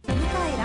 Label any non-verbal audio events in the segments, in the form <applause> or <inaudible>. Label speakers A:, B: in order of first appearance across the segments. A: 蘭の調和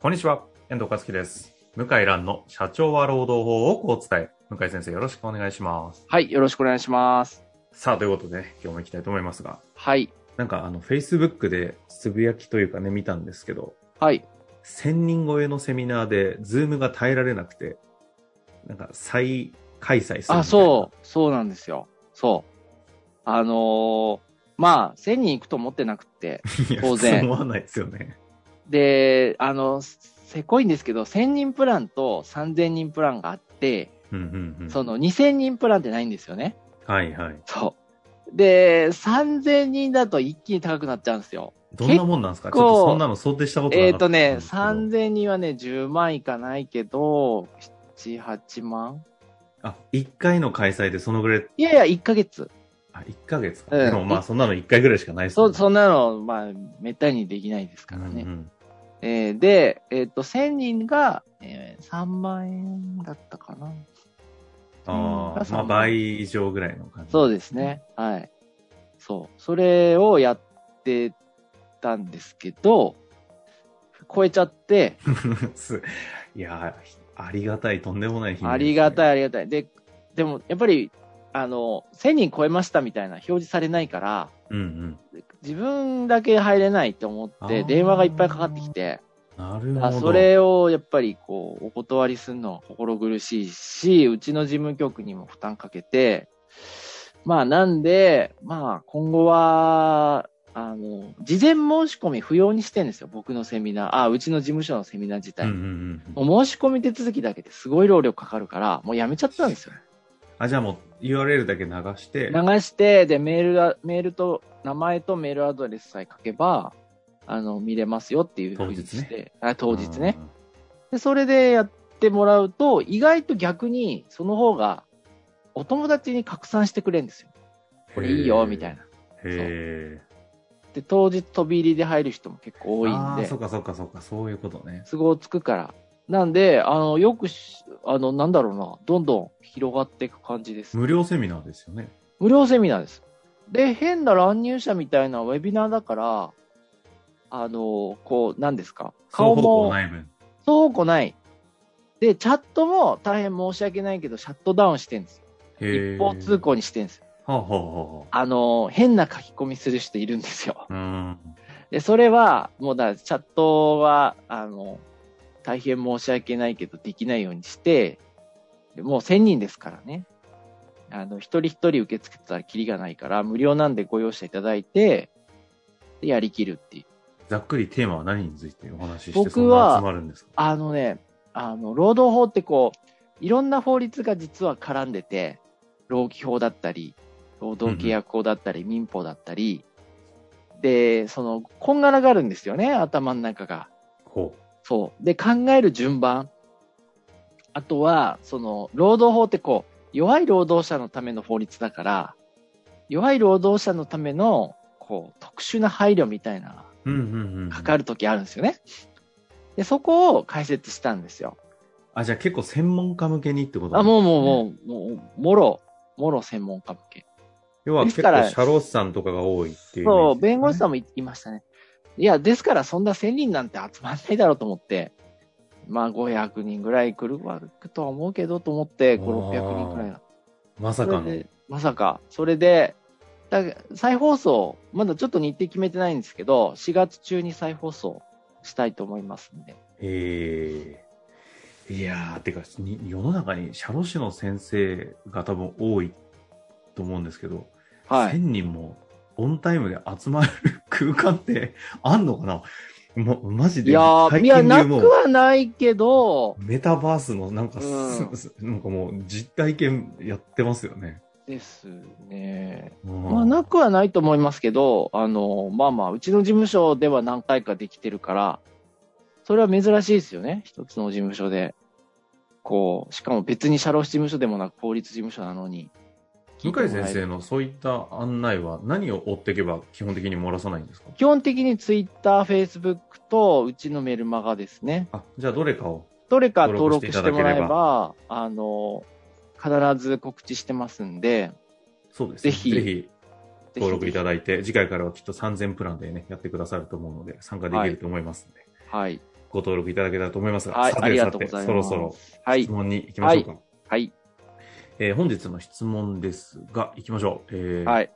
B: こんにちは、遠藤和樹です。向井蘭の社長は労働法をこう伝え。向井先生、よろしくお願いします。
C: はい、よろしくお願いします。
B: さあ、ということでね、今日も行きたいと思いますが、
C: はい、
B: なんかあの、Facebook でつぶやきというかね、見たんですけど、
C: はい、
B: 1000人超えのセミナーで、ズームが耐えられなくて、なんか再開催するみたいな。
C: あ、そう、そうなんですよ。そう。あのーまあ、1000人行くと思ってな
B: <laughs>
C: くて、
B: いや
C: 当然
B: そう思わないですよね。
C: で、あの、せせこいんですけど、1000人プランと3000人プランがあって、
B: うんうんうん。
C: その2000人プランってないんですよね。
B: はいはい。
C: そう。で、3000人だと一気に高くなっちゃうんですよ。
B: どんなもんなんですかち
C: 結
B: ょ
C: 構
B: っとそんなの想定したことな
C: え
B: か
C: っ、
B: った
C: と
B: んで
C: ね、
B: すけど。
C: 3000人はね、10万いかないけど、7、8万
B: あ、1回の開催でそのぐらい、
C: いやいや、1ヶ月。
B: あ、1ヶ月か。
C: うん
B: でもまあそんなの1回ぐらいしかないですも
C: そ
B: ん
C: う、そんなの、まあ、めったにできないですからね。
B: うんうん
C: えーで、えっ、と、1000人が、えー3万円だったかな。
B: あ
C: うん
B: あ、まあ倍以上ぐらいの感じ。
C: そうですね。はい。そう。それをやってたんですけど、超えちゃって、
B: <laughs> す。いやー、ありがたい、とんでもない日
C: ありがた
B: い。
C: いありがたい。で、でも、やっぱり、あの、1000人超えましたみたいな表示されないから、
B: うんうん。
C: 自分だけ入れないと思
B: あ
C: って、
B: ー
C: 電話がいっぱいかかってきて、
B: なるほど。
C: あそれをやっぱりこうお断りするのは心苦しいし、うちの事務局にも負担かけて、まあなんで、まあ今後は、あの、事前申し込み不要にしてんですよ、僕のセミナー。あ、うちの事務所のセミナー自
B: うん
C: 体。
B: うんうんうん。
C: もう申し込み手続きだけですごい労力かかるから、もうやめちゃったんですよ。
B: あ、じゃあもう URL だけ流して、
C: 流して、で、メールが、メールと、名前とメールアドレスさえ書けば、あの、見れますよっていうふうにして、
B: 当日
C: あ当日ね。で、それでやってもらうと、意外と逆に、その方が、お友達に拡散してくれるんですよ。
B: うん。
C: これいいよ、みたいな。
B: へー。へ
C: で、当日飛び入りで入る人も結構
B: ー
C: 多い
B: あ
C: ん
B: ー
C: で
B: そ、っかそっかそっか、そういうことね。
C: 都合つくから。なんで、あの、よくし、あの、なんだろうな、どんどん広がっていく感じです。
B: 無料セミナーですよね。
C: 無料セミナーです。で、変な乱入者みたいなウェビナーだから、あの、こう、何ですか顔
B: 双方向
C: も、
B: ない分。
C: そうこない。で、チャットも大変申し訳ないけど、シャットダウンしてるんですよ
B: へー
C: 一方通。行にしてるんですよ。
B: はあ、はあは
C: あの、変な書き込みする人いるんですよ。 <laughs>
B: あ、うん。
C: で、それは、もうだから、チャットは、あの、大変申し訳ないけど、できないようにして、でもう1000人ですからね。あの、一人一人受け付けたらキリがないから、無料なんでご容赦いただいて、でやりきるっていう。
B: ざっくりテーマは何についてお話しして、そ
C: 僕
B: んな
C: は
B: 集まるんですか
C: あのね、あの、労働法ってこう、いろんな法律が実は絡んでて、労基法だったり、労働契約法だったり、民法だったり、で、その、こんがらがるんですよね、頭の中が。
B: ほう。
C: そう。で、考える順番。あとは、その、労働法ってこう、弱い労働者のための法律だから、弱い労働者のための、こう、特殊な配慮みたいな
B: うんうんうん。
C: かかるときあるんですよね。で、そこを解説したんですよ。
B: あ、じゃあ結構専門家向けにってこと
C: あ、もうも
B: う
C: うもう、もう、もろ、もろ専門家向け。
B: 要は結
C: ですか
B: 構
C: ら
B: シャロスさんとかが多いっていう、
C: そう、弁護士さ
B: ん。
C: んも言いましたね。いや、ですからそんな1000人なんて集まんないだろうと思って、まあ500人ぐらい来るわくとは思うけどと思って、5、600人ぐらいだ
B: ま
C: そ
B: さか
C: れ
B: の。
C: でまさか、それで、だ再放送、まだちょっと日程決めてないんですけど、4月中に再放送したいと思いますんで。
B: ええいやー、てか、に世の中にシャロ氏の先生が多分多いと思うんですけど、
C: は
B: 1000
C: い。
B: 人もオンタイムで集まる空間ってあんのかな <laughs> ま、マジ
C: い
B: で。
C: やー、
B: 最
C: い
B: 近
C: や、
B: で言
C: な
B: うも
C: く
B: う、
C: はないけど、
B: メタバースのなんかす、
C: うん
B: すなんかもう実体験やってますよね。
C: ですね。
B: うん
C: まあ、なくはないと思いますけど、あの、まあまあ、うちの事務所では何回かできてるから、それは珍しいですよね。一つの事務所で。こう、しかも別に社労士事務所でもなく、法律事務所なのに。
B: 向井先生のそういった案内は何を追っていけば基本的に漏らさないんですか
C: 基本的にツイッター、フェイスブックと、うちのメルマガですね。
B: あ、じゃあどれかを。
C: どれか登録してもらえば、あの、必ず告知してますんで、
B: そうですね、
C: ぜひ
B: ぜひ
C: ぜひ
B: 登録いただいて、次回からはきっと3000プランでね、やってくださると思うので、参加できると思いますので、
C: はい。
B: ご登録いただけたらと思いますが、
C: はい
B: さて
C: ありがとうござ
B: さて
C: います
B: そろそろ
C: はい
B: 質。問に行きましょうか。
C: はい。
B: えー本日の質問ですが、行きましょう。えー
C: はい。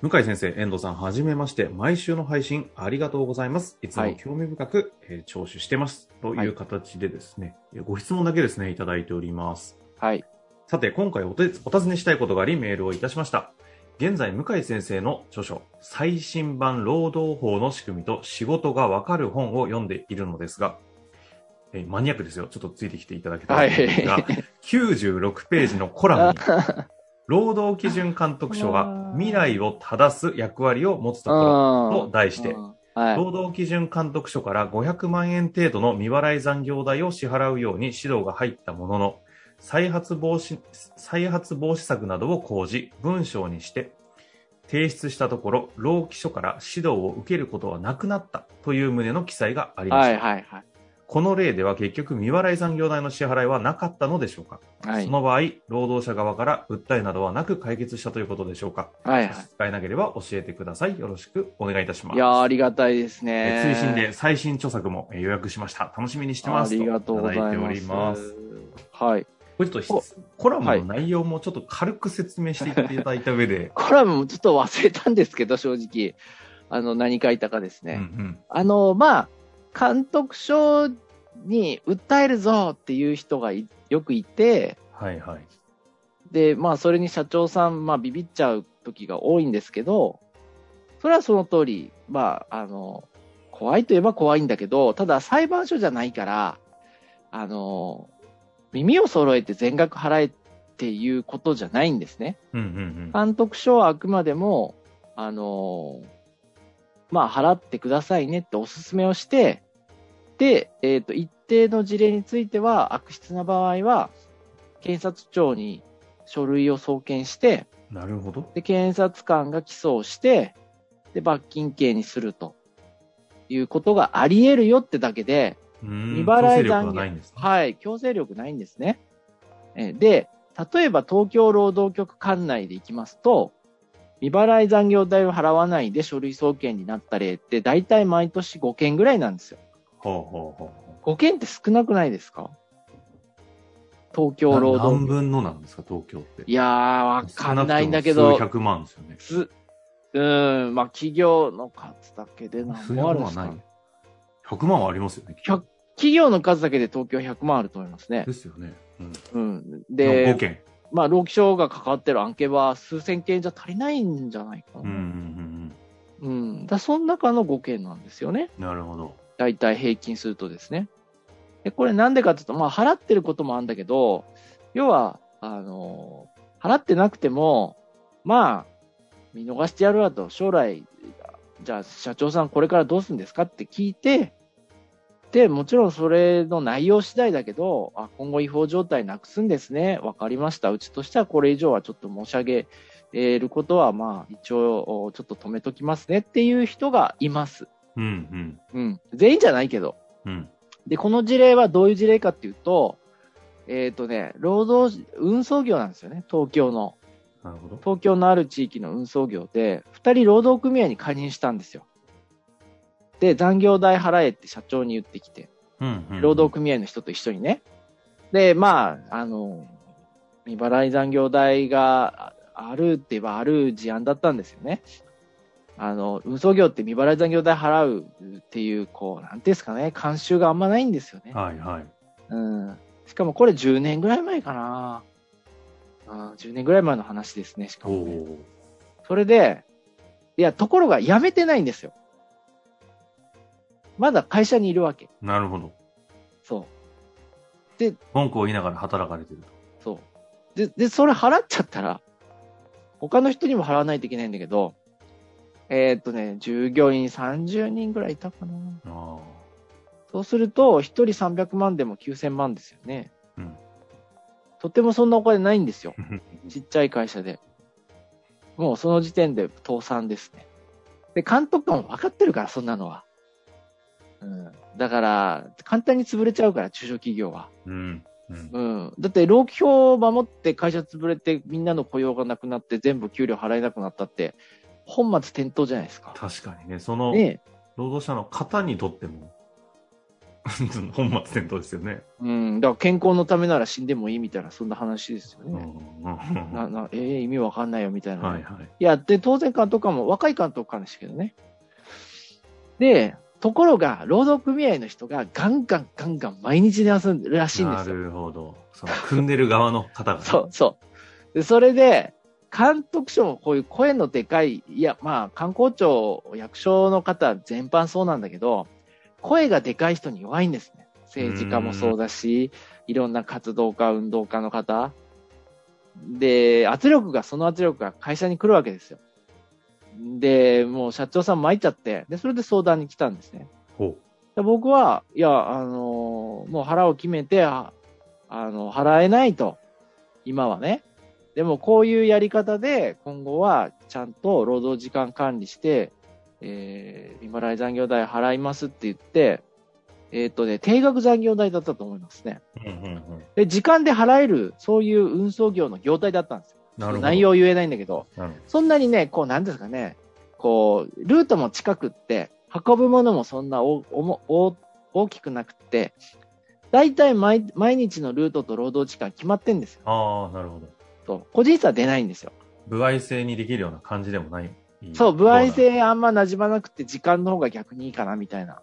B: 向井先生、遠藤さん、はじめまして、毎週の配信ありがとうございます。いつ
C: は
B: も
C: い
B: 興味深く、えー聴取してます。という形でですね、えーご質問だけですね、いただいております。
C: はい。
B: さて、今回おてお尋ねしたいことがあり、メールをいたしました。現在、向井先生の著書、最新版労働法の仕組みと仕事がわかる本を読んでいるのですが、えーマニアックですよ。ちょっとついてきていただけたらと思うんですが、
C: はい
B: 96ページのコラムに、労働基準監督署が未来を正す役割を持つ
C: <laughs>
B: ところと
C: と
B: 題して、
C: はい。
B: 労働基準監督署から500万円程度の未払い残業代を支払うように指導が入ったものの、再発防止、再発防止策などを講じ、文章にして、提出したところ、労基署から指導を受けることはなくなったという旨の記載がありまし
C: は
B: た。
C: い。はい。はい。
B: この例では結局未払い残業代の支払いはなかったのでしょうか、
C: はい。
B: その場合、労働者側から訴えなどはなく解決したということでしょうか
C: はい。は
B: 使えなければ教えてください。よろしくお願いいたします。
C: い。いやーありがたいです
B: え
C: ね。
B: ー追伸で最新著作もえー予約しました。楽しみにしてます。
C: ありがとうござい
B: ただ
C: ま
B: てお
C: す。
B: ります。
C: はい。
B: これちょっと
C: お、
B: ひコラムの内容もちょっと軽く説明していただいた上で
C: <laughs> コラムもちょっと忘れたんですけど、正直。あの、何書いたかですね。
B: うんうん
C: あの、まあ、監督署に訴えるぞっていう人がいよくいて、
B: はいはい。
C: で、まあ、それに社長さん、まあ、ビビっちゃう時が多いんですけど、それはその通り、まあ、あの、怖いといえば怖いんだけど、ただ裁判所じゃないから、あの、耳を揃えて全額払えっていうことじゃないんですね。
B: うんうんうん。
C: 監督署はあくまでも、あのーまあ、払ってくださいねってお勧めをして、で、えっ、と、一定の事例については、悪質な場合は、検察庁に書類を送検して、
B: なるほど。
C: で、検察官が起訴をして、で、罰金刑にするということがあり得るよってだけで、
B: 未
C: 未払い
B: 力
C: 残業
B: はないんですね。
C: はい、強制力ないんですね。えーで、例えば東京労働局管内で行きますと、未払い残業代を払わないで書類送検になった例って、大体毎年5件ぐらいなんですよ。
B: ほうほうほ
C: 5件って少なくないですか東
B: う
C: 京
B: な
C: 労働
B: 何
C: 局。
B: 分のなんですか、東京って。
C: いやー、わかんないんだけど
B: 少、なくとも数百万ですよね。
C: つうーん、まあ企業の数だけで何
B: 数
C: も
B: 百
C: ある
B: 万
C: んで
B: は
C: す
B: な
C: か
B: い。100万はありますよね。
C: 100企業の数だけで東京100万あると思いますね
B: で。すよね。うん。
C: うん。
B: で
C: で
B: 5、件。
C: まあ、労基署が関わってる案件は数千件じゃ足りないんじゃないか
B: うんうん
C: な。
B: うん
C: うん。だその中の5件なんですよね。
B: うん。なるほど。
C: 大体平均するとですね。で、これなんでかっていうと、まあ、払ってることもあるんだけど、要は、あの払ってなくても、まあ、見逃してやるわと、将来、じゃあ社長さんこれからどうするんですかって聞いて、で、もちろんそれの内容次第だけど、あ、今後違法状態なくすんですね。わかりました。うちとしてはこれ以上はちょっと申し上げえーることは、まあ、一応、ちょっと止めときますねっていう人がいます。
B: うん
C: うん。全員じゃないけど。
B: うんうん。
C: で、この事例はどういう事例かっていうと、えっ、とね、労働、運送業なんですよね、東京の。
B: なるほど。
C: 東京のある地域の運送業で、2人労働組合に加入したんですよ。で、残業代払えって社長に言ってきて、
B: うんうんうん
C: 労働組合の人と一緒にね。で、まあ、あの、未払い残業代がああるって言えばある事案だったんですよね。あの、運送業って未払い残業代払うっていう、こう、なんていうんですかね、慣習があんまないんですよね。
B: はいはい。
C: うん。しかもこれ10年ぐらい前かな。あー10年ぐらい前の話ですね、しか
B: お
C: も、ね。
B: お。
C: それで、いや、ところが辞めてないんですよ。まだ会社にいるわけ。
B: なるほど。
C: そう。
B: 文句を言いながら働かれてると。
C: そう。で、で、それ払っちゃったら、他の人にも払わないといけないんだけど、えーっとね、従業員30人ぐらいいたかな。
B: あ
C: そうすると、1人300万でも9000万ですよね。
B: うん
C: とてもそんなお金ないんですよ。
B: ー
C: ちっちゃい会社で。もうその時点で倒産ですね。で、監督官も分かってるから、そんなのは。うん。だから、簡単に潰れちゃうから、中小企業は。
B: うん。うん。
C: うん。だって、労基法を守って会社潰れて、みんなの雇用がなくなって、全部給料払えなくなったって、本末転倒じゃないですか。
B: 確かにね、その、
C: ね
B: 労働者の方にとっても、 <laughs> 本末転倒ですよね。
C: うん。だから、健康のためなら死んでもいいみたいな、そんな話ですよ
B: うんう
C: ね。
B: んうん
C: な、な、ええ意味わかんないよ、みたいな。
B: はいはい。
C: いや、で、当然監督官も若い監督官でしたけどね。で、ところが、労働組合の人がガンガンガンガン毎日で遊んでるらしいんで
B: な
C: すよ。
B: るほど。その、組んでる側の方が。
C: <laughs> そうそう。で、それで、監督署もこういう声のでかい、いや、まあ、観光庁、役所の方全般そうなんだけど、声がでかい人に弱いんですね。政治家もそうだし、いろんな活動家、運動家の方。で、圧力が、その圧力が会社に来るわけですよ。で、もう社長さん参っちゃって、で、それで相談に来たんですね。
B: ほ
C: で僕は、いや、あのーもう腹を決めて、ああの、払えないと。今はね。でも、こういうやり方で、今後は、ちゃんと労働時間管理して、えー、未払い残業代払いますって言って、えーっ、とね、定額残業代だったと思いますね。
B: う。うんうんうん。
C: で、時間で払える、そういう運送業の業態だったんですよ。
B: なるほど。
C: 内容言えないんだけど、
B: なるほ
C: そんなにね、こう、なんですかね、こう、ルートも近くって、運ぶものもそんなおおもお大きくなくって、大体毎毎日のルートと労働時間決まってんですよ。
B: ど。ああ、なるほど。
C: と個人差は出ないんですよ。
B: 部合制にできるような感じでもない。
C: そう、不合性あんま馴染まなくて、時間の方が逆にいいかな、みたいな。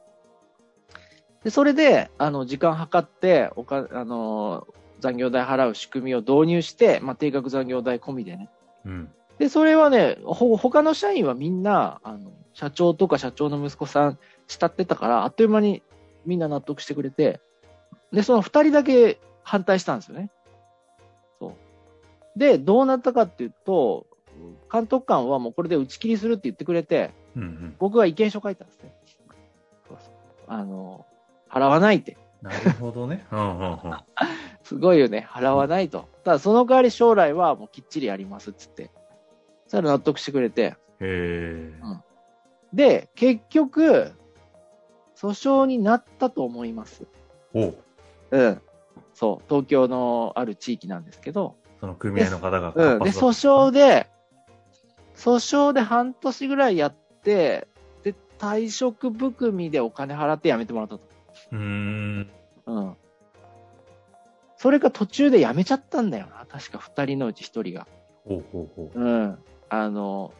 C: で、それで、あの、時間計って、おか、あのー残業代払う仕組みを導入して、まあ、定額残業代込みでね、
B: うん。
C: で、それはね、ほ、他の社員はみんな、あの、社長とか社長の息子さん慕ってたから、あっという間にみんな納得してくれて、で、その二人だけ反対したんですよね。そう。で、どうなったかっていうと、監督官はもうこれで打ち切りするって言ってくれて、
B: うんうん。
C: 僕は意見書書いたんですね。そうそうあの、払わないって。
B: なるほど
C: <laughs>
B: ね。うんうんうん。
C: すごいよね。払わないと。ただ、その代わり将来はもうきっちりやりますって言って。そしたら納得してくれて、
B: へえ。
C: で、結局、訴訟になったと思います。
B: おう
C: うん。そう、東京のある地域なんですけど、
B: その組合の方が活
C: うん。で、
B: 発だ
C: 訴訟で、訴訟で半年ぐらいやって、で、退職含みでお金払って辞めてもらったと。
B: うーん。
C: うん。それが途中で辞めちゃったんだよな。確か二人のうち一人が。
B: ほうほうほう。
C: うん。あの、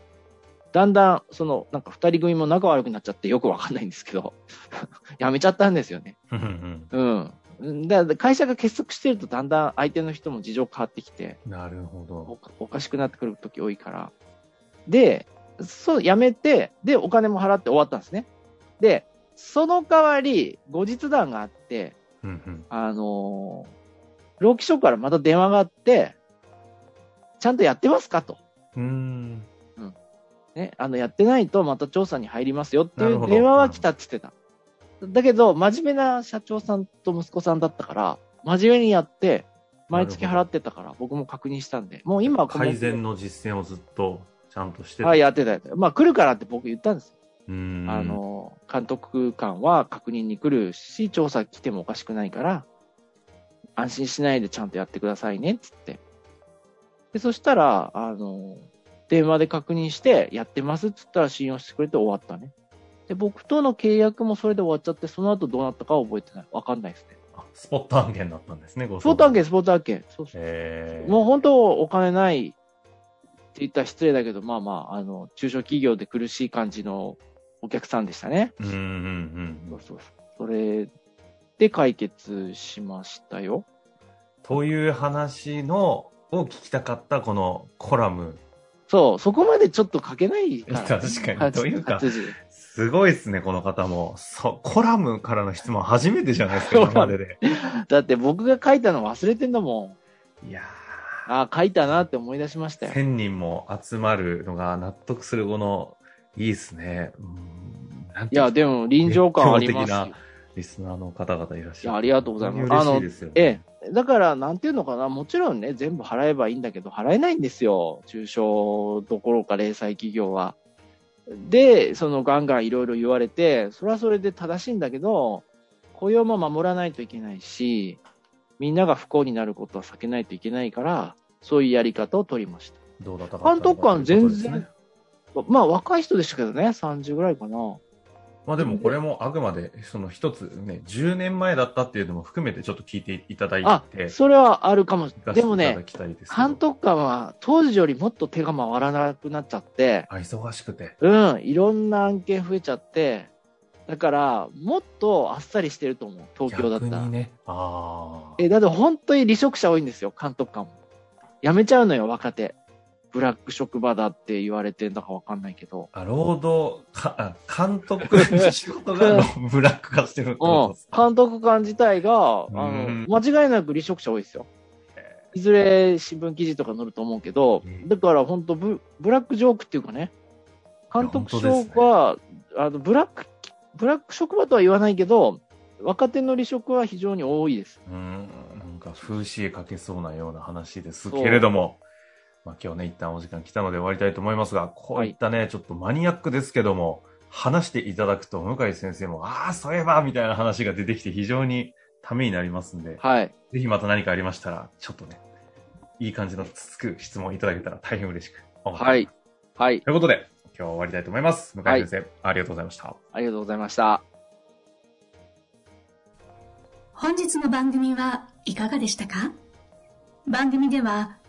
C: だんだん、その、なんか二人組も仲悪くなっちゃってよくわかんないんですけど、 <laughs> やめちゃったんですよね。
B: うん
C: うん。だから会社が結束してるとだんだん相手の人も事情変わってきて、
B: うん。なるほ
C: お
B: ど。
C: かおかしくなってくる時多いから。で、そう、やめて、で、お金も払って終わったんですね。で、その代わり、後日談があって、
B: うんうん。
C: あのー、労基署からまた電話があって、ちゃんとやってますかと。
B: うーん。
C: ね、あの、やってないとまた調査に入りますよってい
B: なるほ
C: う
B: ど
C: 電話は来たって言ってた。だけど、真面目な社長さんと息子さんだったから、真面目にやって、毎月払ってたから、僕も確認したんで、もう今はこの
B: 改善の実践をずっとちゃんとしてた
C: はい、やってたやってた。まあ、来るからって僕言ったんですよ。
B: うーん。
C: あの、監督官は確認に来るし、調査来てもおかしくないから、安心しないでちゃんとやってくださいね、つって。で、そしたら、あの、電話で確認して、やってますっつったら信用してくれて終わったね。で、僕との契約もそれで終わっちゃって、その後どうなったかは覚えてない。わかんないですね。
B: あ、スポット案件だったんですね、ご
C: スポーツ案
B: 件
C: 件、スポーツ案件。そうそう。
B: えー、
C: もう本当お金ないって言ったら失礼だけど、まあまあ、あの、中小企業で苦しい感じのお客さんでしたね。
B: うんうんうん
C: そ
B: うん
C: う。そうそう。それで解決しましたよ。
B: という話の、を聞きたかった、このコラム。
C: そう、そこまでちょっと書けないから。
B: <laughs> 確
C: <laughs>
B: かにというか
C: 初時
B: すごいですね、この方も。そう、コラムからの質問初
C: <laughs>
B: めてじゃないですか、
C: そう
B: 今までで。
C: だって僕が書いたの忘れてんだも
B: いや
C: ああ、書いたなって思い出しました <laughs> よ。
B: 1000人も集まるのが納得するこの、いいですね。うんなん
C: い
B: ていう
C: や、
B: か
C: でも臨場感ありますよ。
B: リスナーの方々いらっし
C: い
B: ゃ
C: や、
B: る。
C: ありがとうございます。あ
B: 本当に嬉しい
C: の
B: で、すよね
C: ええ。だから、なんていうのかな、もちろんね、全部払えばいいんだけど、払えないんですよ。中小どころか零細企業は。で、そのガンガンいろいろ言われて、それはそれで正しいんだけど、雇用も守らないといけないし、みんなが不幸になることは避けないといけないから、そういうやり方を取りました。
B: どうだったか
C: 監督官全然
B: ということですね
C: まあ、若い人でしたけどね、30ぐらいかな。
B: まあでもこれもあくまでその一つね、10年前だったっていうのも含めてちょっと聞いていただい
C: あ
B: て、、
C: それはあるかもし
B: 聞
C: れな
B: か
C: い。
B: せ
C: で
B: て
C: も
B: いた
C: ね
B: だ、きたいですけど
C: 監督官は当時よりもっと手が回らなくなっちゃって、
B: あ、忙しくて。
C: うん、いろんな案件増えちゃって、だから、もっとあっさりしてると思う、東京だった
B: 逆
C: ら。
B: にね。ああ。
C: え、だって本当に離職者多いんですよ、監督官も。辞めちゃうのよ、若手。ブラック職場だって言われてんだかわかんないけど。
B: あ労働か、あ監督の仕事が <laughs> ブラック化してるって
C: う
B: こと
C: ん
B: です、か、
C: 監督官自体が、あ
B: うん
C: の、間違いなく離職者多いですよ。いずれ新聞記事とか載ると思うけど
B: うん、
C: だから本当ブ、ブラックジョークっていうかね、
B: いや
C: 監督
B: 本当
C: 賞
B: ですね
C: は、あの、ブラック、ブラック職場とは言わないけど、若手の離職は非常に多いです。
B: うん、なんか風刺絵かけそうなような話ですけれども、まあ、今日ね、一旦お時間来たので終わりたいと思いますが、こういったね、ちょっとマニアックですけども、話していただくと、向井先生も、ああ、そういえばみたいな話が出てきて、非常にためになりますんで、
C: はい。
B: ぜひまた何かありましたら、ちょっとね、いい感じのつつく質問いただけたら大変嬉しく思っております
C: はい。はい。
B: ということで、今日は終わりたいと思います。向井先生、ありがとうございました。
C: ありがとうございました。
D: 本日の番組はいかがでしたか番組では